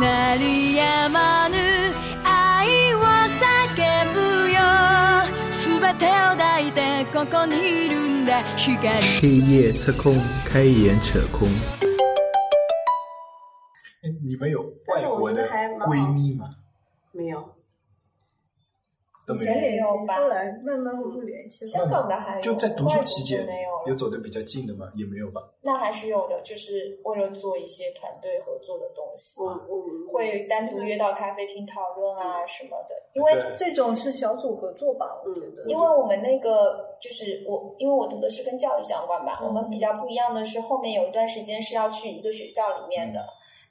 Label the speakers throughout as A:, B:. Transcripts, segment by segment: A: 鳴りやまぬ愛を叫ぶよ全てを抱いてここにいるんだ光
B: 黑夜测控，开眼扯空。
C: 哎你们有
D: 但
C: 外
D: 是我
C: 国
D: 觉得
C: 的
D: 还蛮好
C: 闺蜜吗？
D: 没有，
C: 都
E: 以
C: 没
E: 前
C: 有。
E: 联
D: 没
E: 系，
D: 有吧
E: 后来慢慢会不联系了。
F: 香港的还有，
C: 就在读书期
F: 外
C: 间
F: 国的没有
C: 有
F: 了，
C: 走得比较近的吗？也没有吧。
F: 那还是有的，就是为了做一些团队合作的东西，
D: 我我
F: 会单独约到咖啡厅讨论啊什么的，因为。
C: 对，
E: 这种是小组合作吧？
D: 嗯
E: 我觉得，
F: 因为我们那个就是我，因为我读的是跟教育相关吧，我们比较不一样的是，后面有一段时间是要去一个学校里面的，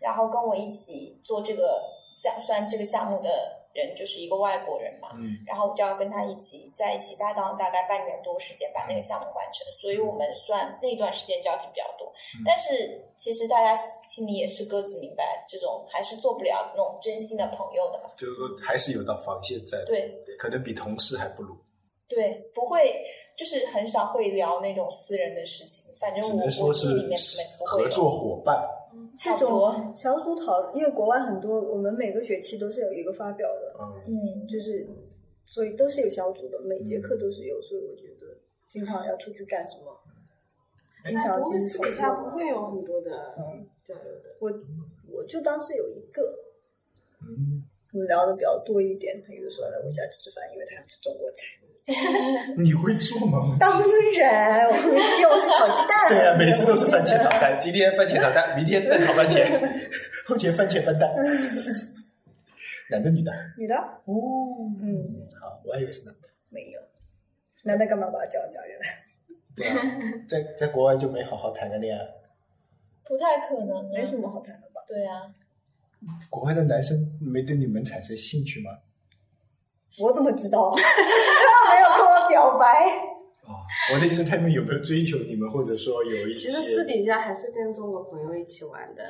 F: 然后跟我一起做这个项算这个项目的人就是一个外国人嘛，
C: 嗯，
F: 然后我就要跟他一起在一起搭档，大概半年多时间把那个项目完成，所以我们算那段时间交集比较多。
C: 嗯
F: 但是其实大家心里也是各自明白，这种还是做不了那种真心的朋友的嘛。
C: 就是说还是有道防线在的，
F: 对
C: 可能比同事还不如。
F: 对，不会，就是很少会聊那种私人的事情。反正
C: 只
F: 我
C: 能
F: 我
C: 说
F: 记
C: 是
F: 忆里面没不会
C: 合
F: 有
C: 作伙伴。
E: 这
F: 差不多
E: 种小组讨论，因为国外很多，我们每个学期都是有一个发表的，
C: 嗯，
F: 嗯，
E: 就是所以都是有小组的，每节课都是有，所以我觉得经常要出去干什么，
C: 哎
E: 经常
D: 不
E: 接
D: 会
E: 触
D: 私底下嗯不
E: 国外
D: 会有很多的交流的。
E: 我我就当是有一个，
C: 嗯
E: 我们聊的比较多一点。他就说来哎我家吃饭，因为他要吃中国菜。
C: 你 会做吗？
E: 当然，我们希望是炒鸡蛋。
C: 对啊，每次都是番茄 炒蛋，今天番茄炒蛋，明天蛋炒番茄， 后天番茄翻蛋。男的女的？
E: 女的，
C: 哦，
E: 嗯，
C: 好，我还以为是男的。
E: 没有。男的干嘛把他叫家原来
C: 对 啊，在在国外就没好好谈个恋爱，
F: 不太可能，
E: 没什。么好谈的吧？
F: 对啊，
C: 国外的男生没对你们产生兴趣吗？
E: 我怎么知道？ 他没有跟我表白。
C: 哦，我的意思，他们有没有追求你们，或者说有一
D: 其
C: 些
D: 实私底下还是跟中国朋友一起玩的，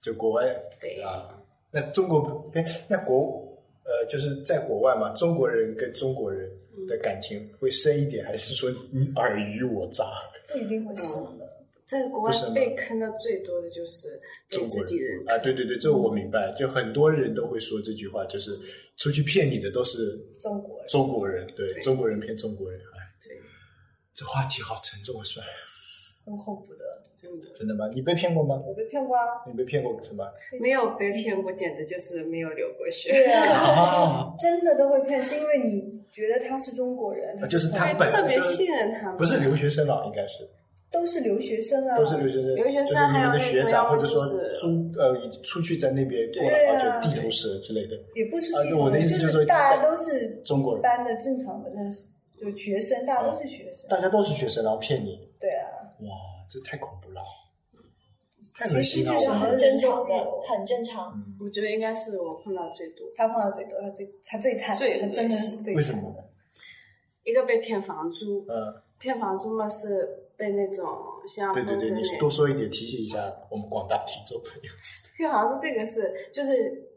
C: 就国外
D: 对
C: 啊？那中国哎，那国呃，就是在国外嘛，中国人跟中国人的感情会深一点，还是说你尔虞我诈？
E: 不一定会生的，
D: 嗯在国
C: 不是吗
D: 外被坑的最多的就是 给
C: 中国
D: 自己人
C: 啊，对对对，这我明白，就很多人都会说这句话，就是出去骗你的都是
E: 中国人
C: 中国人，对，
D: 对
C: 中国人骗中国人，哎，
D: 对，
C: 这话题好沉重啊，帅，
E: 很恐怖的。
D: 真的
C: 真的吗？你被骗过吗？
E: 我被骗 过啊！
C: 你被骗过什么？
D: 没有被骗过，简直就是没有流过血。
E: 对 啊，
C: 啊，
E: 真的都会骗，是因为你觉得他是中国人，
C: 啊就是他
D: 会
C: 本
D: 特别
C: 就是
D: 信任他们，
C: 不是留学生啊了，应该是
E: 都是留学生啊，
C: 都是留学生，
D: 留学生
C: 就是你们的学长，
D: 还
C: 或
D: 有那
C: 者
D: 种
C: 说
D: 就是
C: 租呃已出去在那边过了
E: 对
C: 好
E: 啊
C: 久，地头蛇之类的。
E: 也不是
C: 啊对
E: 地头，
C: 我的意思就
E: 就
C: 是说
E: 大家都是
C: 中国人
E: 一般的正常的认识，就学生，大家都是学生。
C: 大家都是学生，然后骗你，
E: 对啊，
C: 哇，这太恐怖了，太恶心了。
E: 其实就是
C: 我
E: 很
C: 们
F: 很正常的，很正常。
C: 嗯
D: 我觉得应该是我碰到最多，
E: 他碰到最多，他最他最惨，
D: 最
E: 他真的是最
C: 为什
E: 惨
C: 么
E: 的。
D: 一个被骗房租，
C: 呃，
D: 骗房租嘛是被那种像
C: 对对对，
D: 分
C: 你
D: 类
C: 多说一点，提醒一下我们广大听众朋友。
D: 骗房租这个是就是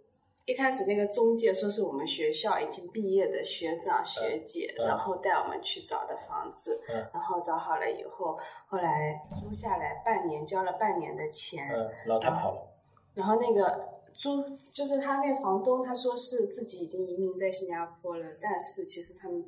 D: 一开始那个中介说是我们学校已经毕业的学长学姐，
C: 嗯
D: 然后带我们去找的房子，
C: 嗯
D: 然后找好了以后，后来租下来半年，交了半年的钱，
C: 嗯，然后他跑了，
D: 然后那个租就是他那个房东，他说是自己已经移民在新加坡了，但是其实他们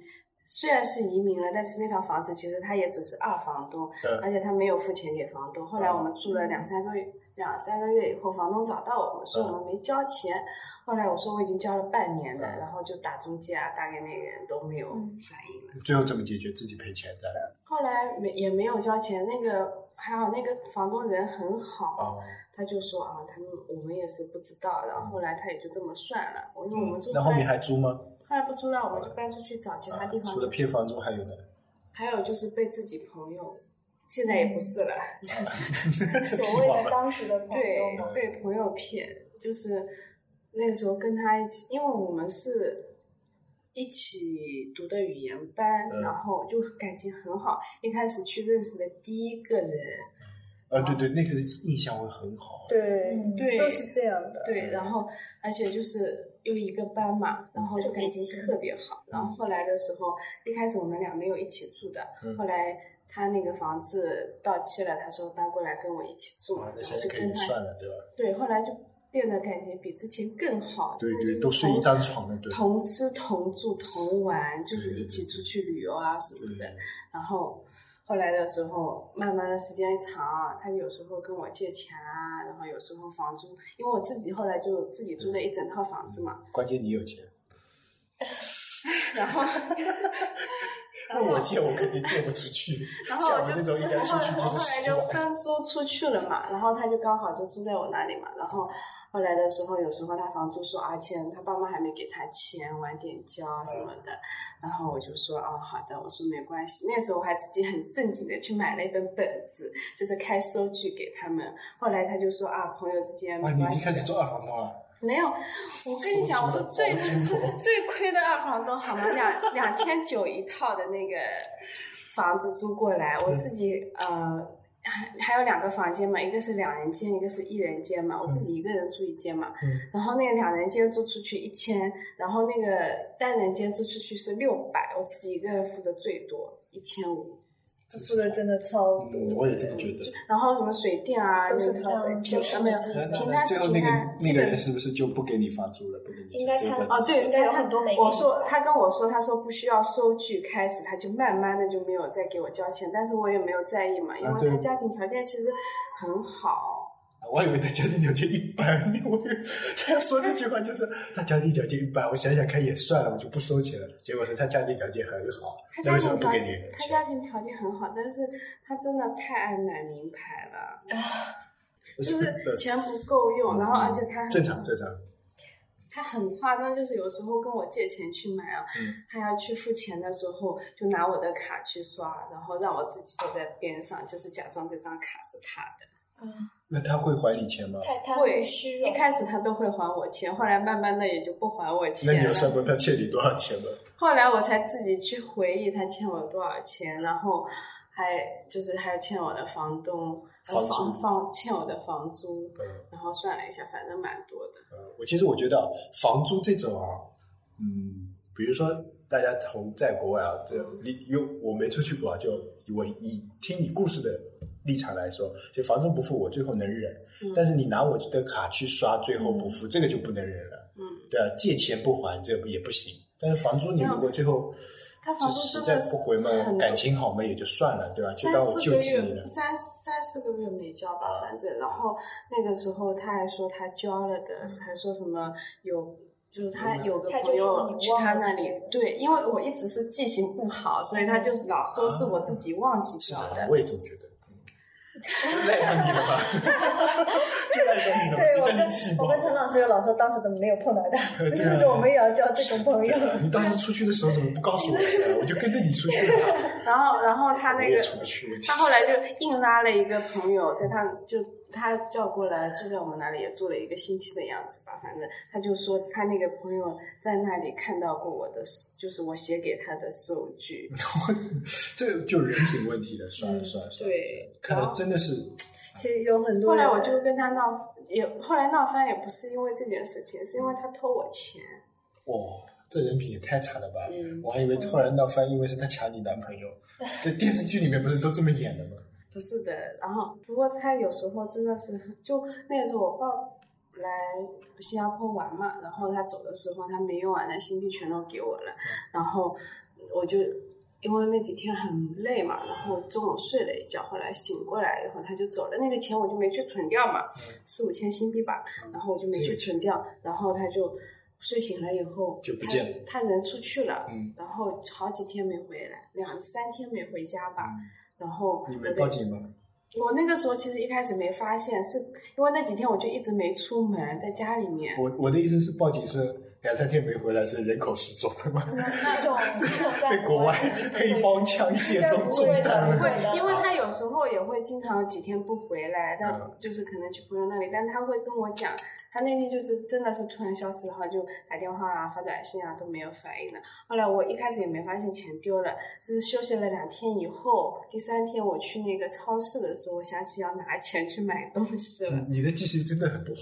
D: 虽然是移民了，但是那套房子其实他也只是二房东，
C: 嗯
D: 而且他没有付钱给房东。后来我们
C: 哦
D: 住了两三个月，两三个月以后，房东找到我们说
C: 嗯
D: 我们没交钱。后来我说我已经交了半年了，
C: 嗯
D: 然后就打中介啊，打给那个人都没有反应。
C: 最后怎么解决？自己赔钱的。
D: 后来没也没有交钱，那个还好，那个房东人很好，
C: 哦，
D: 他就说啊，他们我们也是不知道，然后后来他也就这么算了。我因为我们住
C: 嗯那
D: 后
C: 后面
D: 来
C: 还租吗？
D: 后来不租了，我们就搬出去找其他地
C: 啊
D: 方
C: 除了
D: 住。
C: 骗房租还有呢？
D: 还有就是被自己朋友，现在也不是了，
F: 所谓的当时的朋友
D: 对
F: 嘛，，
D: 被朋友骗，就是那个时候跟他一起，因为我们是。一起读的语言班，
C: 嗯
D: 然后就感情很好。一开始去认识的第一个人，
C: 啊，对对，那个印象会很好。
E: 对
F: 嗯
D: 对
E: 都是这样的。
C: 嗯
D: 对，然后而且就是又一个班嘛，然后就感情特别好。然后后来的时候，一开始我们俩没有一起住的，
C: 嗯
D: 后来他那个房子到期了，他说搬过来跟我一起住嘛
C: 啊，那
D: 然
C: 现
D: 后
C: 在
D: 就
C: 可
D: 跟
C: 以
D: 他
C: 算了，对吧？
D: 对，后来就。变得感觉比之前更好。
C: 对
D: 就
C: 对，
D: 是
C: 都睡一
D: 同
C: 张床的，对
D: 同吃同住同玩，就是一起出去旅游啊什么的
C: 对。
D: 然后后来的时候，慢慢的时间一长，啊他有时候跟我借钱啊，然后有时候房租，因为我自己后来就自己租了一整套房子嘛，
C: 关键你有钱，
D: 然 后然
C: 问
D: 后
C: 我借我肯定借不出去，
D: 然后
C: 像
D: 我
C: 我
D: 就
C: 这种应该出去
D: 我
C: 就是
D: 后来
C: 十
D: 就
C: 万。
D: 分租出去了嘛，然后他就刚好就住在我那里嘛，然后后来的时候，有时候他房租说啊，欠他爸妈还没给他钱，晚点交啊什么的，然后我就说哦好的，我说没关系，那时候我还自己很正经的去买了一本本子，就是开收据给他们，后来他就说啊朋友之间
C: 啊，
D: 没
C: 你已
D: 关
C: 经
D: 系
C: 开
D: 的
C: 始做二房东啊了，
D: 没有，我跟
C: 手
D: 你讲，我
C: 足
D: 是
C: 的
D: 最
C: 包租婆
D: 最亏的二房东，好吗？两两千九一套的那个房子租过来，我自己呃还还有两个房间嘛，一个是两人间，一个是一人间嘛，我自己一个人住一间嘛。
C: 嗯
D: 然后那个两人间租出去一千，然后那个单人间租出去是六百，我自己一个人付的最多一千五。
C: 真
E: 付的
C: 是。
E: 真的超多。
C: 嗯，我也这么觉得。
D: 然后什么水电啊，
E: 都是
D: 那个
E: 他在
D: 平
E: 交
D: 呃没有平摊
C: 最
D: 是
C: 后
D: 平
C: 那个
D: 摊，
C: 那
D: 基
C: 个
D: 本
C: 人是不是就不给你房租了？不给你
F: 应该
C: 这
F: 他
C: 个
D: 哦，对，
F: 应该有很多美
D: 美。
F: 金
D: 我说他跟我说，他说不需要收据，开始他就慢慢的就没有再给我交钱，但是我也没有在意嘛，因为他
C: 啊对
D: 家庭条件其实很好。
C: 啊我以为他家庭条件一般，我以为他说这句话就是他家庭条件一般，我想想看也算了，我就不收钱了。结果是他家庭条件很好
D: 他，
C: 那
D: 家
C: 为什么
D: 庭
C: 不
D: 条
C: 给你
D: 件，他
C: 钱？
D: 家庭条件很好，但是他真的太爱买名牌了，就是钱不够用，然后而且他很
C: 正常正常，
D: 他很夸张，就是有时候跟我借钱去买啊，
C: 嗯
D: 他要去付钱的时候，就拿我的卡去刷，然后让我自己坐在边上，就是假装这张卡是他的。
C: 那他会还你钱吗？
F: 太贪
D: 会
F: 慕虚
D: 一
F: 荣。
D: 开始他都会还我钱，后来慢慢的也就不还我
C: 那你
D: 钱啊
C: 有算
D: 了。
C: 过他欠你多少钱吗？
D: 后来我才自己去回忆他欠我多少钱，然后还就是还有欠我的房东，还有
C: 房租
D: 房房欠我的房租，
C: 嗯。
D: 然后算了一下，反正蛮多的。
C: 呃，我其实我觉得啊房租这种啊，嗯，比如说大家同在国外啊，这你有我没出去过啊，就我以听你故事的立场来说，就房租不付我最后能忍，
D: 嗯
C: 但是你拿我的卡去刷，最后不付，这个就不能忍了。
D: 嗯，
C: 对啊，借钱不还这个也不行，但是房租你
D: 没有
C: 如果最后
D: 他
C: 就
D: 房
C: 实
D: 租
C: 在
D: 真的
C: 不回嘛
D: 很，
C: 感情好嘛也就算了，对吧、就
D: 三
C: 当我
D: 四
C: 救
D: 个
C: 济你了
D: 月，。三三四个月没交吧，反正。然后那个时候他还说他交了
C: 嗯
D: 的，还说什么有，就是他有个
F: 他就
D: 朋
F: 说
D: 友
F: 你
D: 去
F: 忘
D: 他
F: 了
D: 那
F: 之
D: 里
F: 类的，
D: 对，因为我一直是记性不好，所以他就老说是我自己忘记
C: 是
D: 交
C: 的，
D: 的。
C: 我也这么觉得。嗯就赖上你了吧？ 就赖上你了吧，
E: 对
C: 谁叫
E: 我跟
C: 你自己
E: 我
C: 忘
E: 跟陈老师有老说，当时怎么没有碰到他？
C: 对啊
E: 就是说我们也要交这种朋友。
C: 啊你当时出去的时候怎么不告诉我一声？我就跟着你出去了。
D: 然后，然后他
C: 我
D: 那
C: 也
D: 个
C: 出不去。
D: 他后来就硬拉了一个朋友，在他就他叫过来，就在我们那里也住了一个星期的样子吧。反正他就说他那个朋友在那里看到过我的，就是我写给他的收
C: 嗯
D: 据。
C: 这就人品问题了，算了算了算了。
D: 对
C: 看来真的是
E: 其实有很多
D: 后
E: 人，
D: 来我就跟他闹，也后来闹翻也不是因为这件事情，是因为他偷我钱。
C: 哇，这人品也太差了吧！
D: 嗯
C: 我还以为突然闹翻，因为是他抢你男朋友。这电视剧里面不是都这么演的吗？
D: 不是的，然后不过他有时候真的是很，就那个时候我爸来新加坡玩嘛，然后他走的时候他没用完的新币全都给我了，然后我就因为那几天很累嘛，然后中午睡了一觉，后来醒过来以后他就走了，那个钱我就没去存掉
C: 嗯
D: 嘛，四五千新币吧，然后我就没去存掉，然后他就睡醒了以后
C: 就不见了
D: 他，他人出去了，
C: 嗯
D: 然后好几天没回来，两三天没回家吧。然后
C: 嗯你
D: 我
C: 没
D: 在
C: 报警吗？
D: 我那个时候其实一开始没发现，是因为那几天我就一直没出门，在家里面。
C: 我我的意思是报警是两三天没回来是人口失踪了吗？
F: 这种这种在
C: 被国外
F: 肯定不会
C: 黑帮枪械中中弹
F: 不
C: 了。
F: 会的
D: 因为他有时候也会经常几天不回来，但
C: 嗯
D: 就是可能去朋友那里，但他会跟我讲，他那天就是真的是突然消失，然后就打电话啊、发短信啊都没有反应的。后来我一开始也没发现钱丢了，是休息了两天以后，第三天我去那个超市的时候，我想起要拿钱去买东西了，
C: 嗯你的记性真的很不好，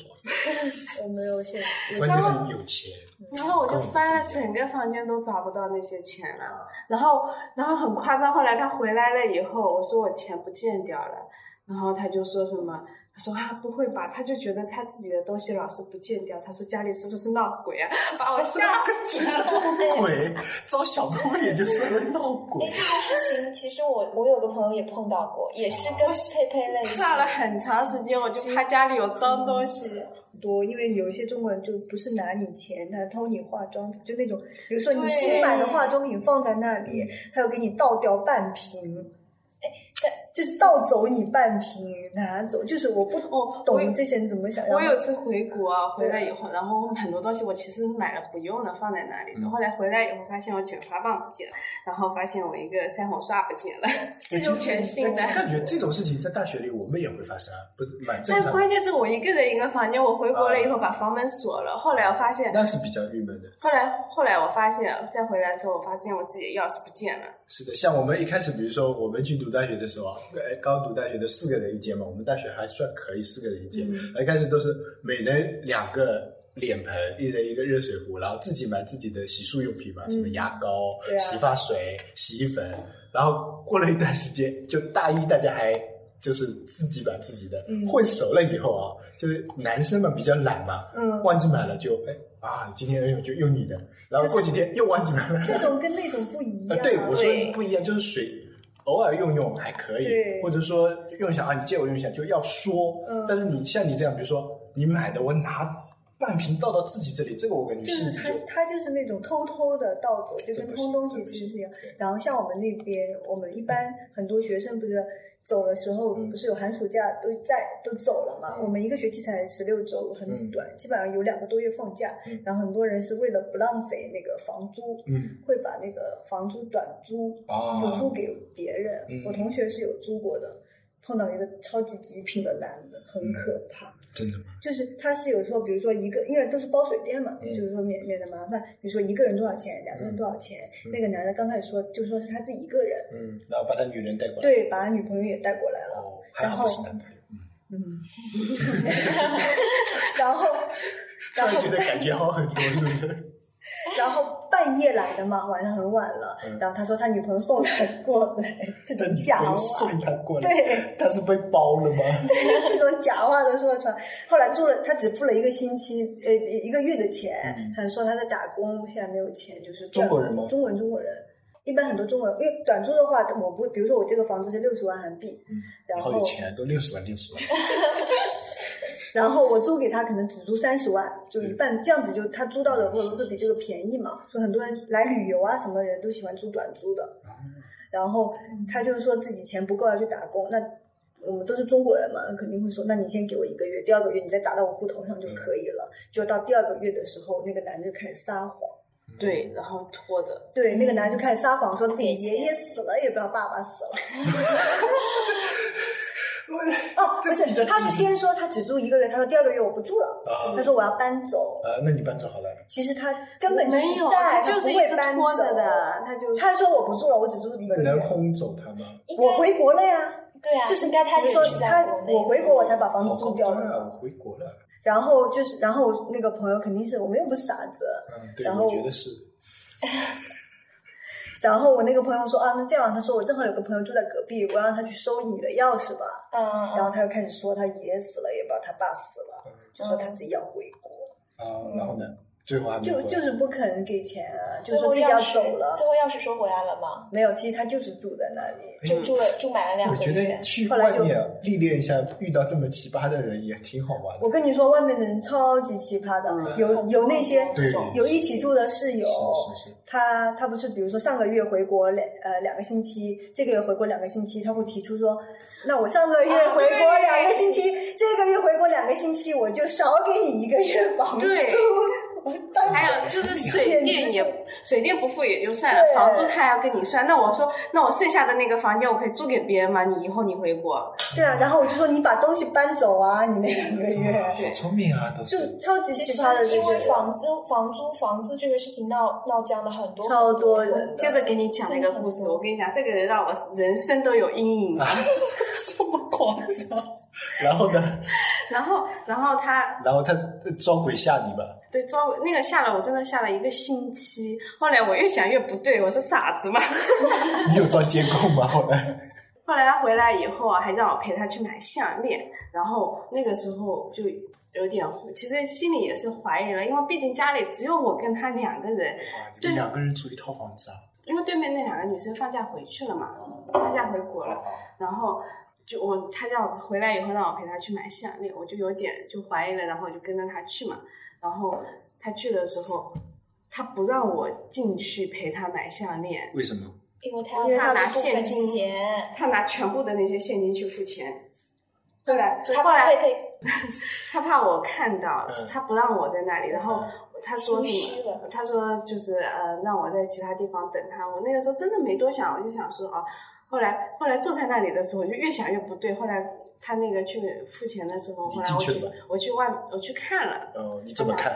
E: 我没有现
C: 关键是有钱。
D: 然后我
C: 嗯
D: 就翻了整个房间都找不到那些钱了，然后然后很夸张，后来他回来了以后，我说我钱不见掉了，然后他就说什么他说啊，不会吧？他就觉得他自己的东西老是不见掉。他说家里是不是闹鬼啊？把我吓死了。
C: 闹鬼，招小偷也就是个闹
F: 哎，
C: 鬼
F: 这。个事情其实我我有个朋友也碰到过，也是跟佩佩类似。
D: 怕了很长时间，我就怕家里有脏
C: 嗯
D: 东西。
E: 多，因为有一些中国人就不是拿你钱，他偷你化妆品，就那种，比如说你新买的化妆品放在那里，他要给你倒掉半瓶，
D: 哎
E: 就是倒走你半瓶拿走，就是我不
D: 哦我有
E: 懂这些人怎么想要。
D: 我有次回国啊回来以后，然后很多东西我其实买了不用的放在那里的，
C: 嗯
D: 后来回来以后发现我卷发棒不见了，然后发现我一个腮红刷不见了，这 种全新的。
C: 感觉这种事情在大学里我们也会发生，啊不是蛮正
D: 但
C: 常
D: 关
C: 的，
D: 键是我一个人一个房间，我回国了以后把房门锁了，后来我发现。
C: 嗯那是比较郁闷的。
D: 后来，后来我发现，再回来的时候，我发现我自己的钥匙不见了。
C: 是的，像我们一开始，比如说我们去读大学的时候啊，哎，刚读大学的四个人一间嘛，我们大学还算可以，四个人一间。
E: 嗯
C: 一开始都是每人两个脸盆，一人一个热水壶，然后自己买自己的洗漱用品嘛，什么牙膏、
E: 嗯对啊
C: 洗发水、洗衣粉。然后过了一段时间，就大一大家还就是自己买自己的，
E: 嗯
C: 混熟了以后啊，就是男生嘛比较懒嘛，
E: 嗯
C: 忘记买了就哎啊，今天哎呦就用你的，然后过几天又忘记买了。
E: 这种跟那种不一
C: 啊
E: 样，，
C: 对，我说
F: 对
C: 不一样，就是水偶尔用用还可以
E: 对，
C: 或者说用一下啊，你借我用一下，就要说。
E: 嗯
C: 但是你像你这样，比如说你买的，我拿半瓶倒到自己这里，这个我感觉
E: 就是是
C: 一直
E: 他
C: 就。
E: 他就是那种偷偷的盗走，就
C: 这
E: 跟
C: 不
E: 偷
C: 行
E: 东
C: 这
E: 西
C: 不
E: 其实
C: 行
E: 是一样
C: 对。
E: 然后像我们那边，我们一般很多学生不是走的时候，
C: 嗯
E: 不是有寒暑假都在都走了嘛？
C: 嗯
E: 我们一个学期才十六周，很
C: 嗯
E: 短，基本上有两个多月放假
C: 嗯。
E: 然后很多人是为了不浪费那个房租，
C: 嗯
E: 会把那个房租短租，
C: 啊
E: 就租给别人。
C: 嗯
E: 我同学是有租过的，碰到一个超级极品的男的，很
C: 嗯
E: 可怕。
C: 真的吗？
E: 就是他是有时候，比如说一个，因为都是包水电嘛，
C: 嗯
E: 就是说免免得麻烦。比如说一个人多少钱，两个人多少钱？
C: 嗯
E: 那个男的刚开始说，就说是他自己一个人，
C: 嗯，然后把他女人带过来，
E: 对，把他女朋友也带过来了，
C: 哦，还好不是男朋友，嗯
E: 嗯，然后，
C: 突
E: 然
C: 然
E: 后
C: 觉得感觉好很多，是不是？
E: 然后半夜来的嘛，晚上很晚了，
C: 嗯
E: 然后他说他女朋友送他过来，这
C: 但
E: 种
C: 你
E: 假
C: 不
E: 话
C: 能，送他过来，
E: 对。
C: 他是被包了吗？
E: 这种假话都说得出来。后来住了，他只付了一个星期，呃，一个月的钱
C: 嗯。
E: 他说他在打工，现在没有钱，就是
C: 中国人吗
E: 中国人，中国人。一般很多中国人，因为短租的话，我不，比如说我这个房子是六十万韩币，然
C: 嗯好
E: 后
C: 有钱，啊都六十万，六十万，
E: 然后我租给他可能只租三十万，就一半，这样子就他租到的会会比这个便宜嘛。就很多人来旅游啊，什么人都喜欢租短租的。然后他就是说自己钱不够要去打工，那我们都是中国人嘛，肯定会说，那你先给我一个月，第二个月你再打到我户头上就可以了。就到第二个月的时候，那个男的就开始撒谎。
C: 嗯
D: 对，然后拖着，
E: 对，那个男的就开始撒谎，说自己
F: 给钱
E: 爷爷死了，也不知道爸 爸死了。 哦，
C: 这
E: 不是
C: 比较，
E: 他是
C: 激
E: 先说他只住一个月，他说第二个月我不住了，
C: 啊
E: 他说我要搬走，
C: 啊，那你搬走好了，
E: 其实他根本就是
D: 没有，啊
E: 在，
D: 他就是
E: 不
D: 一
E: 会
D: 直
E: 搬
D: 拖
E: 走
D: 着。的，他就
E: 他说我不住了，我只住一
C: 那
E: 个
C: 你能
E: 月。
C: 轰走他吗？
F: 应该
E: 我回国了呀，
F: 对啊，
E: 就是
F: 应该他
E: 比
F: 也
E: 如说
F: 是在
E: 他
F: 国内。嗯
E: 我回国我才把房
C: 好
E: 子
C: 高
E: 租掉
C: 端啊，我
E: 了。
C: 回国了。
E: 然后就是，然后那个朋友肯定是我们又不是傻子。
C: 嗯，对，
E: 然后
C: 我觉得是。
E: 然后我那个朋友说啊，那这样，他说我正好有个朋友住在隔壁，我让他去收你的钥匙吧。
F: 嗯
E: 然
F: 嗯
E: 后他又开始说他爷爷死了，也不知道他爸死了，
C: 嗯
E: 就说他自己要回国，
C: 啊，然后呢？最后还没
E: 就
C: 嗯回
E: 就是不肯给钱啊，
F: 嗯，
E: 就
F: 最
E: 说
F: 后
E: 自己
F: 钥
E: 要
F: 匙
E: 走了
F: 最。后钥匙收回来了吗？
E: 没有，其实他就是住在那里。
C: 哎
F: 就住了住满了两
C: 我
F: 个
C: 觉
F: 月
C: 得。去
E: 后来
C: 外
E: 就
C: 面历练一下，遇到这么奇葩的人也挺好玩的
E: 我。跟你说，外面的人超级奇葩的，
D: 嗯
E: 有有那些
C: 对
E: 有一起住的室友，
C: 是是是
E: 他他不是比如说上个月回国两呃两个星期，这个月回国两个星期，他会提出说，那我上个月
D: 啊
E: 回国
D: 对
E: 两个星期，这个月回国两个星期，我就少给你一个月房租。
D: 对
E: 我当
D: 还有就是水
E: 简直
D: 电
E: 就
D: 也水电不付也就算了
E: 对，
D: 房租他还要跟你算。那我说，那我剩下的那个房间我可以租给别人吗？你以后你回国，
E: 对啊，然后我就说你把东西搬走啊，你那两个月
C: 嗯哇，好聪明啊，都。
E: 就是 超级
F: 其
E: 奇
F: 实
E: 葩的这
F: 因
E: 些
F: 为
E: 人，
F: 房租、房租、房子这个事情闹闹僵的很多，
E: 超多人的
D: 接着给你讲那个故事。我跟你讲，这个人让我人生都有阴 影。啊
C: 这么夸张？ 然后呢？
D: 然后，然后他
C: 然后他装鬼吓你吧？
D: 对，抓我那个下了，我真的下了一个星期。后来我越想越不对，我是傻子嘛。
C: 你有装监控吗？后来
D: 后来他回来以后啊，还让我陪他去买项链，然后那个时候就有点，其实心里也是怀疑了，因为毕竟家里只有我跟他两个人，
C: 哇，你
D: 对
C: 们两个人住一套房子啊？
D: 因为对面那两个女生放假回去了嘛，放假回国了，然后就我他叫我回来以后让我陪他去买项链，我就有点就怀疑了，然后我就跟着他去嘛。然后他去的时候，他不让我进去陪他买项链，
C: 为什么？
F: 因为他要
D: 因为他拿
F: 部分
D: 现金
F: 钱，
D: 他拿全部的那些现金去付钱。后来
F: 他
D: 后
F: 怕
D: 来
F: 会被
D: 他怕我看到
C: 嗯，
D: 他不让我在那里，然后。他说
F: 心
D: 什
F: 虚了
D: 么？他说就是呃，让我在其他地方等他。我那个时候真的没多想，我就想说啊，后来后来坐在那里的时候，我就越想越不对。后来他那个去付钱的时候，
C: 你
D: 后来
C: 进
D: 我
C: 去
D: 去
C: 了吗
D: 我去外我去看了，
C: 呃，你怎么看？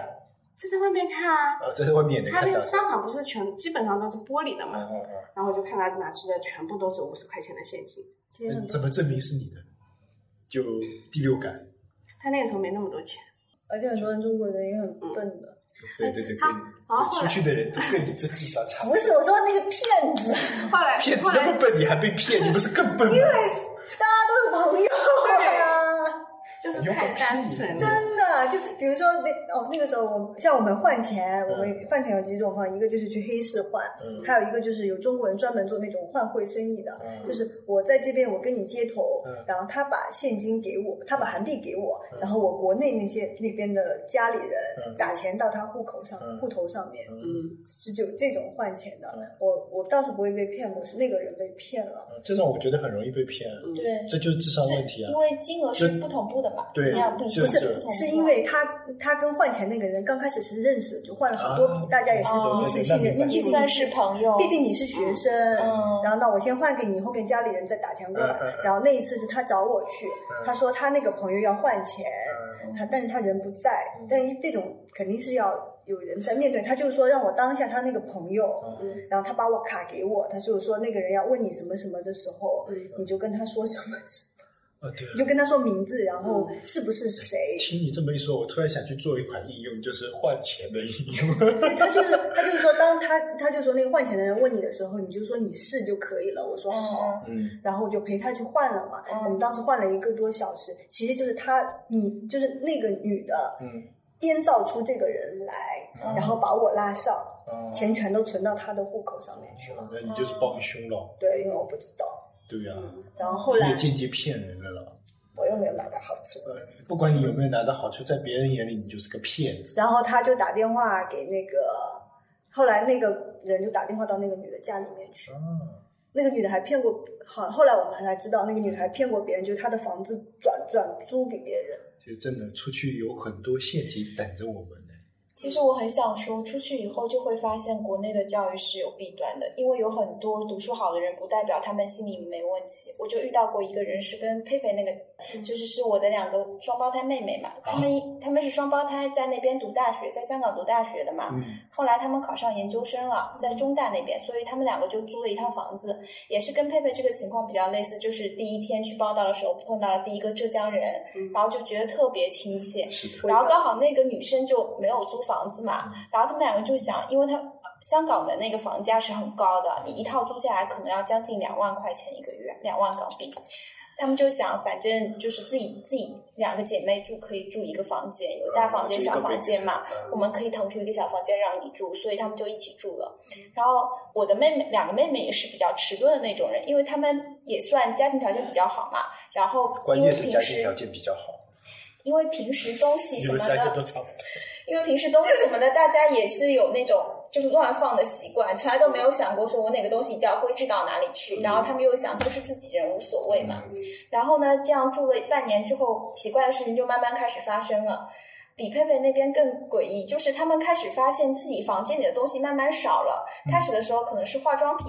D: 就在外面看啊。
C: 呃，在外面也能
D: 他
C: 看
D: 那
C: 到
D: 个。商场不是全基本上都是玻璃的
C: 嗯
D: 嘛，
C: 嗯嗯
D: 然后我就看他拿出的全部都是五十块钱的现金。
E: 天
C: 嗯，
E: 呐，
C: 怎么证明是你的？就第六感。
D: 他那个时候没那么多钱，
E: 而且很多人中国人也很笨的。
C: 对对对，
D: 他
C: 跟
D: 然后
C: 跟
D: 后
C: 出
D: 来
C: 去的人都跟你这智商差不
E: 不
C: 多。
E: 是，我说那个骗子，
D: 后来
C: 骗子
D: 后
C: 那
D: 来
C: 么笨，你还被骗，你不是更笨吗？
E: 大家都是朋友呀、
D: 就是
C: 有
D: 太
C: 狗
D: 单
C: 屁
D: 纯了，
E: 真的。就比如说那哦，那个时候我们像我们换钱，我们换钱有几种方，一个就是去黑市换，
C: 嗯
E: 还有一个就是有中国人专门做那种换汇生意的，
C: 嗯
E: 就是我在这边我跟你接头
C: 嗯，
E: 然后他把现金给我，他把韩币给我
C: 嗯，
E: 然后我国内那些那边的家里
C: 嗯
E: 人打钱到他户口上
C: 嗯
E: 户头上面，
D: 嗯，
E: 是就这种换钱
C: 嗯
E: 的。我我倒是不会被骗过，是那个人被骗了。
C: 这种我觉得很容易被骗，
F: 对，
C: 这就是智商问题啊
F: 因。为金额是不同步的嘛，
C: 对
F: 你要不
C: 就
F: 一
C: 是
F: 样不
E: 不是
F: 同步，的
E: 是因为他他跟换钱那个人刚开始是认识，就换了很多
C: 啊
E: 笔，大家也是
F: 哦
E: 彼此信任，
C: 对对对
E: 因
C: 那
E: 为
F: 也
E: 毕竟
F: 算
E: 你
F: 是朋友，
E: 毕竟你是学生，
F: 嗯
E: 然后呢，我先换给你，后面家里人再打钱过来。
C: 嗯嗯嗯
E: 然后那一次是他找我去，他说他那个朋友要换钱，
C: 嗯
E: 他但是他人不在，但是这种肯定是要有人在面对。他就是说让我当下他那个朋友，
C: 嗯
E: 然后他把我卡给我，他就是说那个人要问你什么什么的时候，你就跟他说什么 什么，
C: 啊，对啊
E: 你就跟他说名字，然后是不是谁，
C: 听你这么一说，我突然想去做一款应用，就是换钱的应用。
E: 他就是他就是说当他他就说那个换钱的人问你的时候，你就说你是就可以了。我说好。
F: 嗯，
C: 嗯，
E: 然后我就陪他去换了嘛。
F: 嗯
E: 我们当时换了一个多小时，其实就是他，你就是那个女的
C: 嗯
E: 编造出这个人来，
C: 嗯
E: 然后把我拉上，
C: 啊，
E: 钱全都存到他的户口上面去了。
C: 那你就是帮凶了，
E: 对，因为我不知道。
C: 对呀，
E: 然后后
C: 你
E: 来
C: 也间接骗人了啦。
E: 我又没有拿到好处，
C: 呃，不管你有没有拿到好处，在别人眼里你就是个骗子。
E: 然后他就打电话给那个，后来那个人就打电话到那个女的家里面去。
C: 啊，
E: 那个女的还骗过，好，后来我们才知道，那个女的还骗过别人，就是她的房子转转租给别人。
C: 其实真的出去有很多陷阱等着我们呢。
F: 其实我很想说，出去以后就会发现国内的教育是有弊端的，因为有很多读书好的人，不代表他们心里没问题。我就遇到过一个人，是跟佩佩那个，就是是我的两个双胞胎妹妹嘛，他们一他们是双胞胎，在那边读大学，在香港读大学的嘛，
C: 嗯，
F: 后来他们考上研究生了，在中大那边，所以他们两个就租了一套房子，也是跟佩佩这个情况比较类似，就是第一天去报道的时候碰到了第一个浙江人，然后就觉得特别亲切，
C: 嗯是的，嗯
E: 我
F: 然后刚好那个女生就没有租房子嘛，然后他们两个就想，因为他香港的那个房价是很高的，你一套租下来可能要将近两万块钱一个月，两万港币。他们就想，反正就是自己自己两个姐妹住，可以住一个房间，有大
C: 啊
F: 房间、小房间嘛。
C: 呃
F: 我们可以腾出一个小房间让你住，所以他们就一起住了。然后我的妹妹，两个妹妹也是比较迟钝的那种人，因为他们也算家庭条件比较好嘛。然后
C: 关
F: 因为
C: 键是
F: 平
C: 家庭条
F: 时
C: 件比较好，
F: 因为平时东西
C: 你
F: 什
C: 们
F: 么
C: 三个
F: 的
C: 都，差不多。
F: 因为平时东西什么的，大家也是有那种就是乱放的习惯，从来都没有想过说我哪个东西一定要规制到哪里去。然后他们又想都是自己人无所谓嘛。然后呢，这样住了半年之后，奇怪的事情就慢慢开始发生了。比佩佩那边更诡异，就是他们开始发现自己房间里的东西慢慢少了。开始的时候可能是化妆品，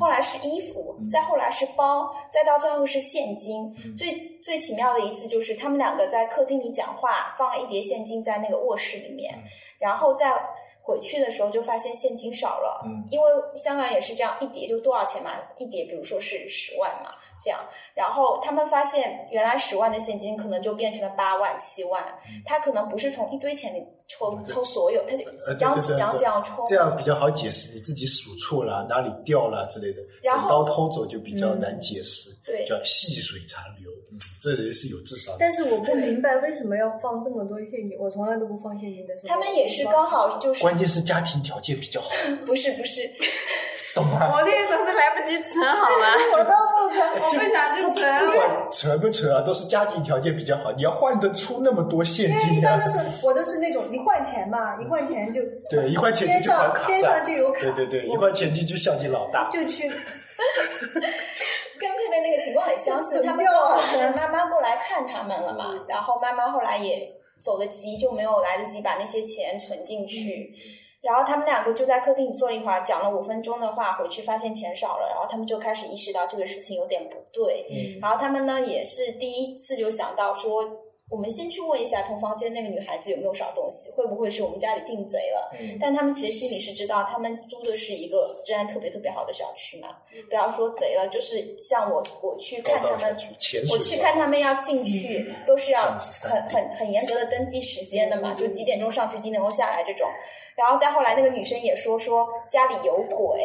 F: 后来是衣服，再后来是包，再到最后是现金。最最奇妙的一次就是他们两个在客厅里讲话，放了一叠现金在那个卧室里面，然后再回去的时候就发现现金少了，
C: 嗯
F: 因为香港也是这样，一叠就多少钱嘛，一叠比如说是十万嘛，这样，然后他们发
C: 嗯
F: 现原来十万的现金可能就变成了八万、七万，他可能不是从一堆钱里抽抽所有，他就
C: 呃
F: 几
C: 对
F: 张
C: 对
F: 几
C: 对
F: 张
C: 对
F: 这样抽。
C: 这样比较好解释，你自己数错了，哪里掉了之类的，
F: 然
C: 整
F: 后
C: 刀偷走就比
E: 嗯
C: 较难解释，
F: 对
C: 叫细水长流，嗯，这人是有智商的
E: 但。是我不明白为什么要放这么多现金，我从来都不放现金的。
F: 他们也是刚好就是
C: 关键是家庭条件比较 好，
F: 不是不是，
C: 懂吗？
D: 我那个时候是来不及存 好吗？
E: 我都不
D: 我
E: 存，
D: 不想去存，啊
C: 不管存不存啊，都是家庭条件比较好，你要换得出那么多现
E: 因为一
C: 金啊
E: 般都。是我都是那种一换钱嘛，一换钱就
C: 对，一块钱
E: 边
C: 进去还
E: 上
C: 卡
E: 边上
C: 债，
E: 就有卡，
C: 对对对，一
E: 我
C: 块钱进去孝敬老大。
E: 就去
F: 跟佩佩那个情况很相似，
E: 怎么
F: 他们
E: 掉
F: 刚
E: 啊嗯
F: 好是妈妈过来看他们了嘛，然后妈妈后来也走得急，就没有来得及把那些钱存进去。
E: 嗯
F: 然后他们两个就在客厅里坐了一会儿，讲了五分钟的话，回去发现钱少了，然后他们就开始意识到这个事情有点不对。
C: 嗯
F: 然后他们呢也是第一次就想到说，我们先去问一下同房间那个女孩子有没有少东西，会不会是我们家里进贼了？
C: 嗯
F: 但他们其实心里是知道，他们租的是一个治安特别特别好的小区嘛。不要说贼了，就是像我我去看
C: 嗯高
F: 他
C: 档小区
F: 们，
C: 潜水嗯
F: 我去看他们要进去，都是要
C: 13
F: 很很很严格的登记时间的嘛，就几点钟上去，几点钟下来这种。然后再后来，那个女生也说说家里有鬼，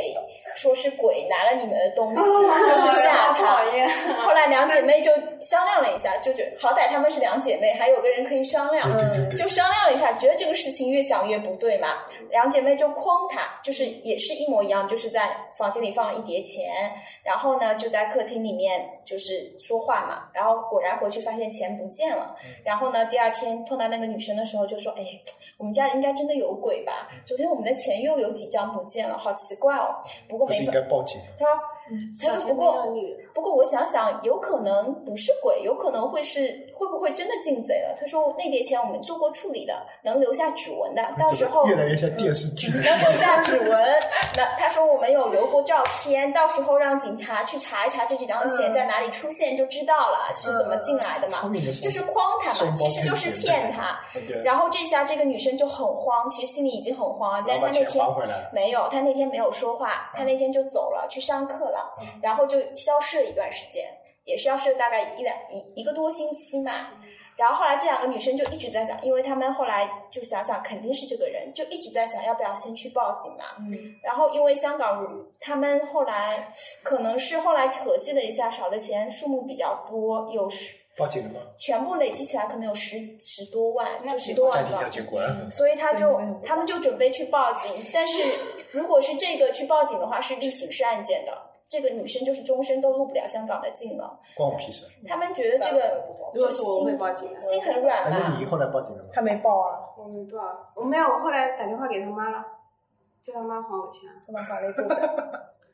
F: 说是鬼拿了你们的东西，
C: 哦
F: 就是吓
D: 讨
F: 她。
D: 厌。
F: 后来两姐妹就商量了一下，就觉得好歹她们是两姐妹，还有个人可以商量，
C: 对
E: 呃
C: 对对对
F: 就商量了一下，觉得这个事情越想越不对嘛。两姐妹就诓她，就是也是一模一样，就是在房间里放了一叠钱，然后呢就在客厅里面就是说话嘛，然后果然回去发现钱不见了，
C: 嗯
F: 然后呢第二天碰到那个女生的时候就说，哎，我们家里应该真的有鬼吧？
C: 嗯
F: 昨天我们的钱又有几张不见了，好奇怪哦。不过
C: 不
F: 没
C: 是应该报警吗？
F: 他说，
D: 嗯
F: 他说不过不过我想想，有可能不是鬼，有可能会是会不会真的进贼了？他说那叠钱我们做过处理的，能留下指纹的，到时
C: 怎么
F: 候
C: 啊越来越像电视剧。
F: 能留下指纹。那他说我们有留过照片，到时候让警察去查一查这几张钱在哪里出现就知道了是怎么进来的嘛
C: 聪。明的
F: 就是诓他
C: 双
F: 嘛，
C: 胞
F: 其实就是
C: 胎姐妹
F: 骗他。
C: 对，
F: 然后这下这个女生就很慌，其实心里已经很慌了，但
C: 然后
F: 她
C: 把
F: 那
C: 钱
F: 天
C: 还回来了。嗯
F: 没有，他那天没有说话，他那天就走了，去上课了，然后就消失了一段时间，也消失了大概一两一一个多星期嘛。然后后来这两个女生就一直在想，因为他们后来就想想肯定是这个人，就一直在想要不要先去报警嘛。
E: 嗯
F: 然后因为香港他们后来可能是后来合计了一下，少的钱数目比较多，有十
C: 报警了吗？
F: 全部累积起来可能有十十多万，
D: 那
F: 就嗯
D: 挺
F: 十多
C: 家
F: 万
C: 庭
F: 港
C: 条
F: 币
C: 件。果然很
F: 所以他就
E: 对没有
F: 他们就准备去报警，但是如果是这个去报警的话，是立刑事案件的。这个女生就是终身都入不了香港的境了。
C: 关我屁事。啊
F: 他们觉得这个
D: 如
F: 就
D: 果
F: 是
D: 是我会
F: 心
D: 报警，
F: 心很软
C: 哎，那
F: 吧
C: 你。后来报警了吗？
E: 他没报啊，
D: 我没报，我没有。我后来打电话给他妈了，叫他妈还我钱，
E: 他们花了一部分。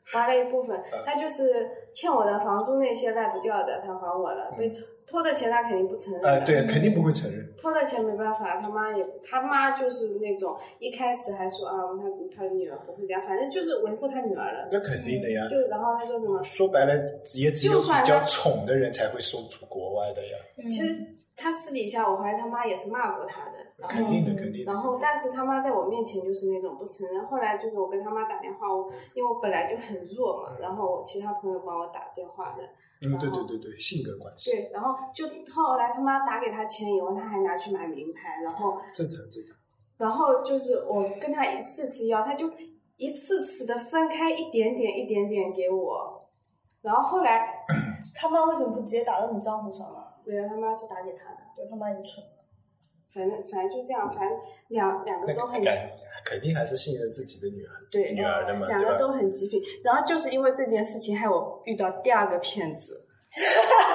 D: 还了一部分。
C: 嗯
D: 他就是欠我的房租那些赖不掉的，他还我了。被偷偷的钱他肯定不
F: 嗯
D: 承认
C: 哎，
D: 的。
C: 嗯对，肯定不会承认。
D: 偷的钱没办法，他妈也他妈就是那种一开始还说啊，他他女儿不会这样，反正就是维护他女儿了。
C: 那肯定的呀。
D: 就然后他说什么，
C: 说白了，也只有
D: 就
C: 比
D: 算他
C: 较宠的人才会收出国外的呀。
F: 嗯
D: 其实他私底下我怀疑他妈也是骂过他的，
F: 嗯
D: 然
C: 肯
D: 后
C: 定的，肯定的。
D: 然后，但是他妈在我面前就是那种不承认。后来就是我跟他妈打电话，我因为我本来就很弱嘛，然后我其他朋友帮我打电话的，
C: 嗯，对对对对，性格关系，
D: 对，然后就后来他妈打给他钱以后，他还拿去买名牌，然后
C: 正常正常。
D: 然后就是我跟他一次次要，他就一次次的分开一点点一点点给我，然后后来
E: 他妈为什么不直接打到你账户上啊？
D: 没有他妈是打给他的，
E: 对他妈你蠢。
D: 反正反正就这样，反正两两个
C: 那
D: 都很
C: 肯肯定还是信任自己的女儿，
D: 对呃
C: 女儿的嘛，
D: 两
C: 对
D: 个
C: 吧？
D: 都很极品。然后就是因为这件事情，害我遇到第二个骗子。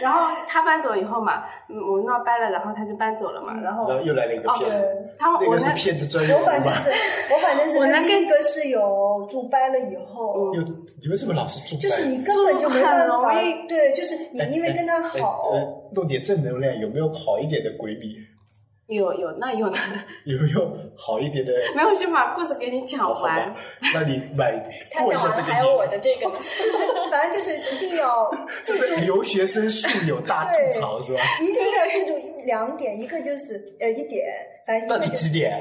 D: 然后他搬走以后嘛，嗯我闹掰了，然后他就搬走了嘛。然后
C: 然后又来了一个
D: 哦
C: 骗子，
D: 他
C: 那
D: 我
C: 个是
D: 那
C: 骗子专用
E: 我反
C: 户
E: 正
C: 吧？
E: 是，我反正是
D: 我
E: 跟
D: 能
E: 第一个室友住掰了以后，
C: 又你为什么老是住
E: 就是
C: 在
E: 你根本就没办法
D: 很容，
E: 对，就是你因为跟他
C: 哎
E: 好，
C: 呃弄点正能量，有没有好一点的闺蜜？
D: 有有那有的，
C: 有没有好一点的？
D: 没有先把故事给你讲
C: 哦好好
D: 完
C: 吧。，那你买
F: 他
C: 过一
F: 讲
C: 下
F: 完
C: 这
F: 了，
C: 个
F: 还有我
C: 瘾。
F: 的这个，
E: 反正就是一定要记
C: 这
E: 住
C: 是留学生宿友大吐槽是吧？
E: 一定要记住一两点，一个就是呃一点，反正
C: 到
E: 一个
C: 底
E: 就
C: 几
E: 是，
C: 点？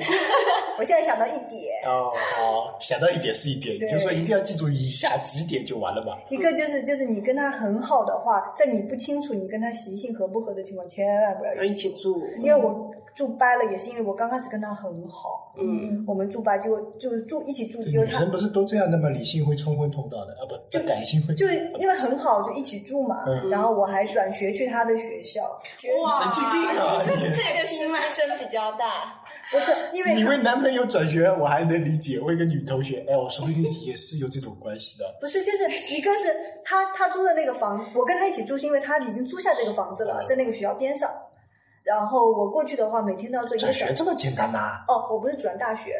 E: 我现在想到一点，
C: 哦哦，想到一点是一点，你
E: 对
C: 就说一定要记住以下几点就完了嘛。
E: 一个就是就是你跟他很好的话，在你不清楚你跟他习性合不合的情况，千万不要
D: 一起住，
E: 因为我住掰了，也是因为我刚开始跟他很好，
C: 嗯，
E: 我们住吧，结果就是住一起住，结果
C: 女
E: 他
C: 生不是都这样的吗？理性会冲昏头脑的啊，不，不感性会。
E: 就是因为很好，就一起住嘛。
C: 嗯
E: 然后我还转学去他的学校，
F: 觉得
D: 哇
C: 神经病啊！你
F: 这个是牺牲比较大，
E: 不是因为
C: 你
E: 他
C: 为男朋友转学，我还能理解；为一个女同学，哎，我说不定 也是有这种关系的。
E: 不是就是一个是他他租的那个房，我跟他一起住是因为他已经租下这个房子了，
C: 嗯
E: 在那个学校边上。然后我过去的话，每天都要做一
C: 转
E: 个
C: 学
E: 小
C: 这么简单啊吗？
E: 哦，我不是转大学，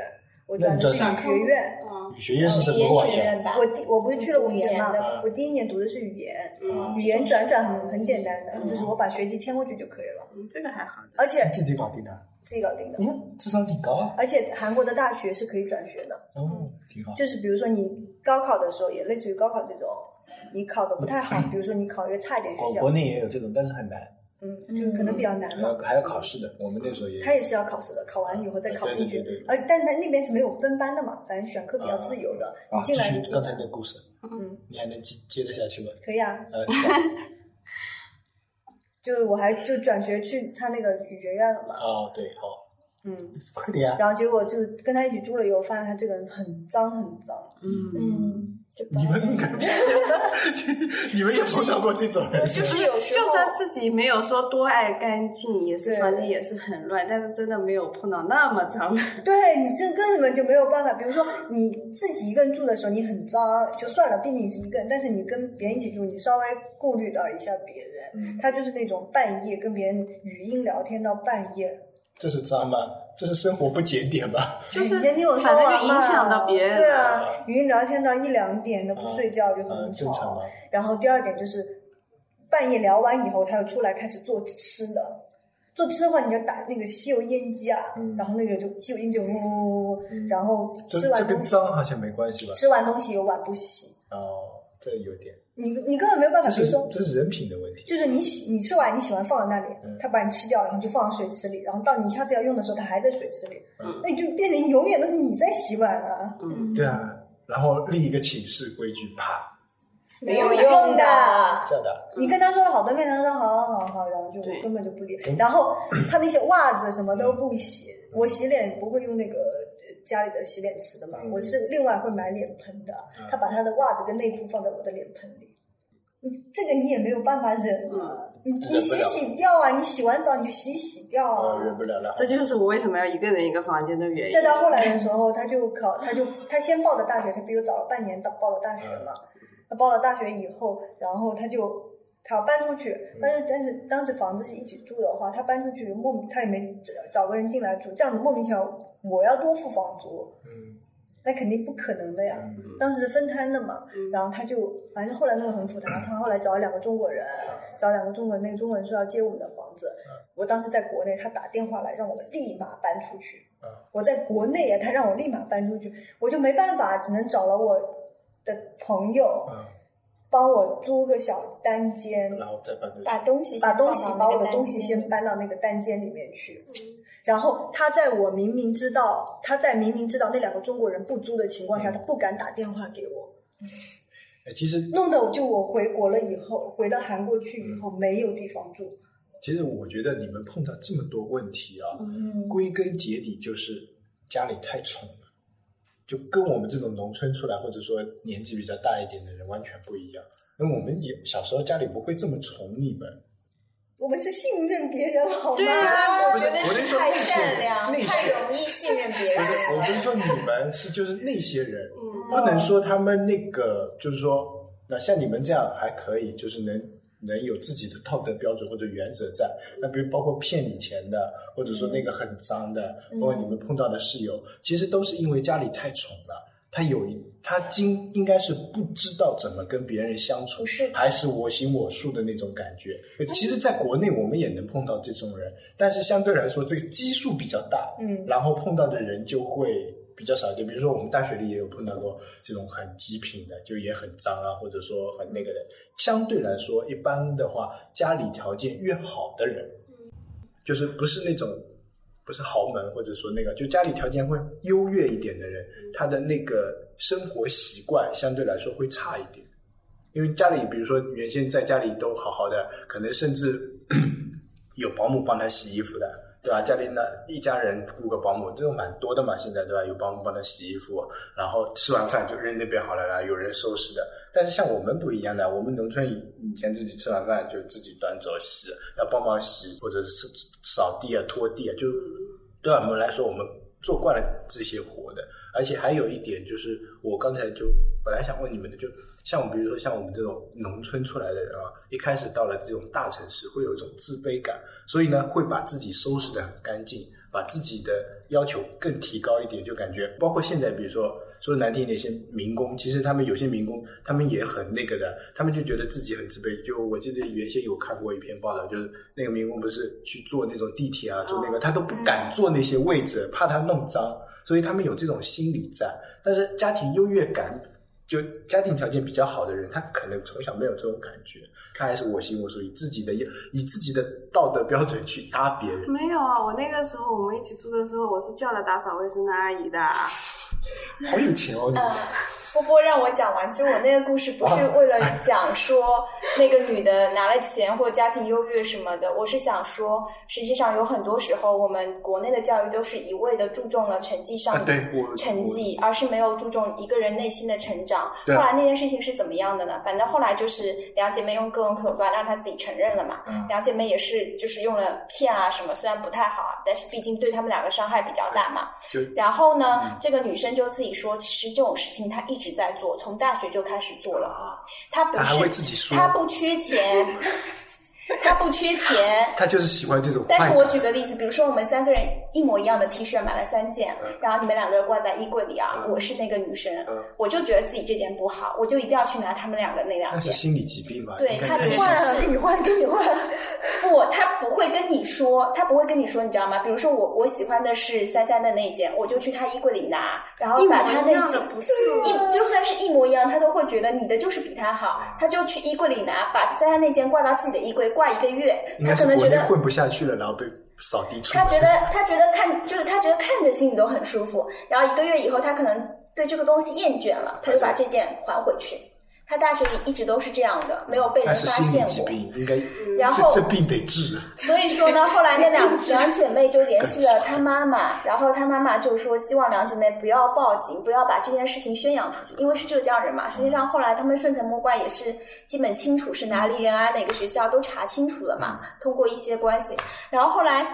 E: 我
C: 那
E: 转
C: 你
E: 的是
C: 转
E: 语学院。
D: 嗯
C: 语学院是什么玩
F: 语
C: 意
F: 言学
C: 儿？
F: 院吧？
E: 我第我不是去了五年嘛
F: 读语言
C: 的，
E: 我第一年读的是语言，
C: 嗯
E: 语言转转很很简单的，就是我把学籍迁过去就可以了，
D: 嗯，这个还好的。
E: 而且
C: 自己搞定的，
E: 自己搞定的。
C: 嗯，智商挺高啊，
E: 而且韩国的大学是可以转学的，
C: 哦，挺好。
E: 嗯就是比如说你高考的时候，也类似于高考这种，你考的不太好，比如说你考一个差一点
C: 国
E: 学
C: 国
E: 校，
C: 内嗯也有这种，但是很难，
E: 嗯，就可能比较难
C: 还
E: 嘛
C: 要。还要考试的。我们那时候也
E: 他也是要考试的，考完以后再考进
C: 对对对
E: 去
C: 对，
E: 而且但是他那边是没有分班的嘛，反正选课比较自由的，
C: 啊，
E: 你
C: 继
E: 进来
C: 续
E: 就进
C: 刚才
E: 来
C: 你，的故事，
E: 嗯，
C: 你还能接接得下去吗？
E: 可以啊。
C: 呃，
E: 就是我还就转学去他那个语学院了嘛，
C: 哦，对，好，
E: 嗯，
C: 快点啊！
E: 然后结果就跟他一起住了以后，发现他这个人很脏很脏，
D: 嗯，
F: 嗯，就
C: 你们 你们也碰到过这种人？
F: 就是有时
D: 就
F: 候
D: 算自己没有说多爱干净，也是
E: 对
D: 房间也是很乱，但是真的没有碰到那么脏的。
E: 对你这根本就没有办法。比如说你自己一个人住的时候，你很脏就算了，毕竟你是一个人；但是你跟别人一起住，你稍微顾虑到一下别
D: 嗯
E: 人。他就是那种半夜跟别人语音聊天到半夜，
C: 这是脏吗？这是生活不检点吧？
D: 就是
E: 哎你先听我说
D: 反正
E: 完
D: 就
E: 嘛
D: 影响到别人
E: 对
D: 了。
E: 啊，语音聊天到一两点都不睡觉就
C: 嗯，
E: 很
C: 正常
E: 吵
C: 吗。？
E: 然后第二点就是半夜聊完以后，他又出来开始做吃的。做吃的话，你就打那个吸油烟机啊，
C: 嗯
E: 然后那个就吸油烟机呜呜呜，
F: 嗯
E: 然后
C: 这
E: 吃
C: 这
E: 完
C: 跟
E: 东西
C: 脏好啊像没关系吧？
E: 吃完东西有碗不洗，
C: 哦，这有点，
E: 你你根本没有办法，
C: 这
E: 比
C: 是
E: 如说
C: 这是人品的问题。
E: 就是你洗你吃完你喜欢放在那里
C: 嗯，
E: 他把你吃掉，然后就放到水池里，然后到你下次要用的时候，它还在水池里
C: 嗯，
E: 那你就变成永远都是你在洗碗啊，
D: 嗯，
C: 对啊，然后立一个寝室规矩，啪，
F: 没有
E: 用
F: 用的
C: 这样的，
E: 你跟他说了好多遍，他说好好好好，然后就
D: 对
E: 根本就不理。然后他那些袜子什么都不洗，
C: 嗯
E: 我洗脸不会用那个呃家里的洗脸池的嘛
C: 嗯，
E: 我是另外会买脸盆的
C: 嗯。
E: 他把他的袜子跟内裤放在我的脸盆里，嗯这个你也没有办法忍啊，你
C: 嗯忍
E: 你洗
C: 不了
E: 洗掉啊，你洗完澡你就洗洗掉
C: 哦，
E: 啊。
C: 忍不了了。
D: 这就是我为什么要一个人一个房间的原因。
E: 再到后来的时候，他就考，他就他先报的大学，他比我早了半年到报了大学嘛。他报了大学以后，然后他就他要搬出去，搬出但是当时房子是一起住的话，他搬出去莫名他也没找找个人进来住，这样子莫名其妙我要多付房租，
C: 嗯
E: 那肯定不可能的呀。
C: 嗯
E: 当时是分摊的嘛，
D: 嗯
E: 然后他就反正后来弄得很复杂，他后来找了两个中国人，找两个中国人，那个中国人说要借我们的房子，
C: 嗯
E: 我当时在国内，他打电话来让我立马搬出去
C: 嗯，
E: 我在国内啊，他让我立马搬出去，我就没办法，只能找了我的朋友
C: 嗯，
E: 帮我租个小单间，
C: 然后再搬回去。
F: 把东西先
E: 把东西
F: 放
E: 把
F: 到那
E: 我
F: 个
E: 的
F: 单
E: 东西
F: 间嗯
E: 先搬到那个单间里面去。然后他在我明明知道他在明明知道那两个中国人不租的情况下，
C: 嗯
E: 他不敢打电话给我，
C: 哎其实
E: 弄得我就我回国了以后，回了韩国去以后没有地方住。
C: 其实我觉得你们碰到这么多问题啊，
E: 嗯，
C: 归根结底就是家里太宠了，就跟我们这种农村出来或者说年纪比较大一点的人完全不一样。因为我们也小时候家里不会这么宠你们，
E: 我们是信任别人好吗？
D: 对啊
C: 不
F: 我
C: 是
F: 觉得
C: 我跟你
F: 是
C: 说
F: 太
C: 内线
F: 善良，
C: 内
F: 太
C: 线
F: 容易信任别人
C: 不是，我
F: 了。
C: 跟你说，你们是就是那些人，
D: 嗯
C: 不能说他们那个，就是说，那像你们这样还可以，就是能能有自己的道德标准或者原则在。那比如包括骗你钱的，或者说那个很脏的，
F: 嗯
C: 包括你们碰到的室友，其实都是因为家里太宠了。他有一，他经应该是不知道怎么跟别人相处
F: 不是，
C: 还是我行我素的那种感觉。其实，在国内我们也能碰到这种人，但是相对来说，这个基数比较大，
E: 嗯
C: 然后碰到的人就会比较少一点。比如说我们大学里也有碰到过这种很极品的，就也很脏啊，或者说很那个的。相对来说，一般的话，家里条件越好的人，就是不是那种不是豪门，或者说那个就家里条件会优越一点的人，他的那个生活习惯相对来说会差一点。因为家里，比如说原先在家里都好好的，可能甚至有保姆帮他洗衣服的，对吧？家里呢一家人雇个保姆，这种蛮多的嘛，现在对吧？有保姆帮他洗衣服，然后吃完饭就扔那边好了啦，有人收拾的。但是像我们不一样的，我们农村以以前自己吃完饭就自己端走洗，要帮忙洗或者是扫地啊、拖地啊，就对我们来说，我们做惯了这些活的。而且还有一点就是，我刚才就本来想问你们的，就像我们比如说像我们这种农村出来的人啊，一开始到了这种大城市，会有一种自卑感，所以呢，会把自己收拾的很干净，把自己的要求更提高一点，就感觉包括现在，比如说说难听点，一些民工，其实他们有些民工，他们也很那个的，他们就觉得自己很自卑。就我记得原先有看过一篇报道，就是那个民工不是去坐那种地铁啊，坐那个他都不敢坐那些位置，怕他弄脏。所以他们有这种心理在，但是家庭优越感，就家庭条件比较好的人，他可能从小没有这种感觉，他还是我行我素，以自己的以自己的道德标准去压别 人。
D: 没有啊，我那个时候我们一起住的时候，我是叫了打扫卫生的阿姨的啊。
C: 好有钱哦！你
F: 嗯，波波让我讲完。其实我那个故事不是为了讲说那个女的拿了钱或家庭优越什么的，我是想说，实际上有很多时候我们国内的教育都是一味的注重了成绩上
C: 啊，对我
F: 成绩，而是没有注重一个人内心的成长。后
C: 对啊
F: 来那件事情是怎么样的呢？反正后来就是两姐妹用各种手段让她自己承认了嘛。
C: 嗯
F: 两姐妹也是就是用了骗啊什么，虽然不太好啊，但是毕竟对她们两个伤害比较大嘛。
C: 就
F: 然后呢，
C: 嗯
F: 这个女生就自己说，其实这种事情她一直在做，从大学就开始做了。
C: 啊，
F: 她不
C: 她还会自
F: 是，
C: 己说，
F: 她不缺钱，她不缺 钱，
C: 她就是喜欢这种快
F: 但
C: 感。
F: 是我举个例子，比如说我们三个人一模一样的 T 恤买了三件，
C: 嗯
F: 然后你们两个人挂在衣柜里啊，
C: 嗯
F: 我是那个女生，
C: 嗯
F: 我就觉得自己这件不好，我就一定要去拿他们两个那两
C: 那是
F: 件。
C: 心理疾病吧？
F: 对
C: 应该
F: 她
C: 就是
E: 换
F: 突然
E: 了，给你换，给你换。
F: 不，他不会跟你说，他不会跟你说，你知道吗？比如说我我喜欢的是珊珊的那一件，我就去她衣柜里拿，然后
D: 一模
F: 把她
D: 一
F: 那
D: 样
F: 件
D: 的不是
F: 一就算是一模一样，他都会觉得你的就是比他好，他就去衣柜里拿，把珊珊那件挂到自己的衣柜挂一个月，
C: 应
F: 他
C: 该是
F: 可能
C: 国
F: 觉
C: 内
F: 得
C: 混不下去了，然后被扫地出
F: 他
C: 门。
F: 觉得他觉得看就是他觉得看着心里都很舒服，然后一个月以后他可能对这个东西厌倦了，他就把这件还回去。他大学里一直都是这样的，没有被
C: 那
F: 人
C: 是
F: 发
C: 心理
F: 现
C: 疾
F: 过。嗯
C: 病，应该
F: 然
C: 这
F: 后
C: 这病得治。 啊
F: 所以说呢，后来那两两姐妹就联系了她妈妈，然后她妈妈就说希望两姐妹不要报警，不要把这件事情宣扬出去，因为是浙江人
C: 嗯
F: 嘛。实际上后来他们顺藤摸瓜也是基本清楚是哪里人啊，哪个学校都查清楚了
C: 嗯
F: 嘛，通过一些关系。然后后来。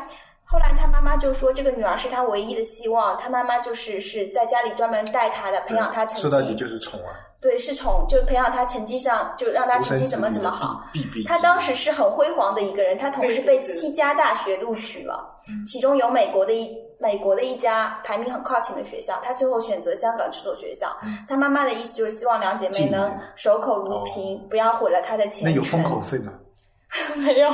F: 后来她妈妈就说，这个女儿是她唯一的希望。她妈妈就是是在家里专门带她的，培养哎她成绩。
C: 说到底就是宠啊，
F: 对，是从就培养她成绩上，就让她
C: 独
F: 成
C: 生
F: 绩
C: 子
F: 怎么
C: 女
F: 怎
C: 的
F: 么好。
C: 弊病。
F: 他当时是很辉煌的一个人，他同时被七家大学录取了，
C: 嗯
F: 其中有美国的一美国的一家排名很靠前的学校，他最后选择香港这所学校。
C: 嗯
F: 他妈妈的意思就是希望两姐妹
C: 进
F: 能守口如瓶，不要毁了他的前
C: 哦那
F: 程。
C: 有封口费吗？
F: 没有？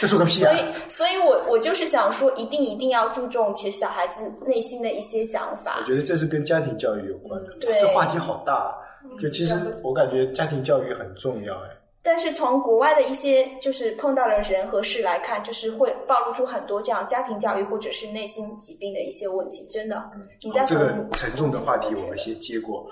C: 这是个屁
F: 所
C: 啊！
F: 以，所以我我就是想说，一定一定要注重其实小孩子内心的一些想法
C: 我。觉得这是跟家庭教育有关的。
F: 嗯对嗯
C: 这话题好大啊。就其实我感觉家庭教育很重要，哎，
F: 但是从国外的一些就是碰到的人和事来看，就是会暴露出很多这样家庭教育或者是内心疾病的一些问题，真的。你在
C: 这
F: 和
C: 个沉重的话题我们先接过。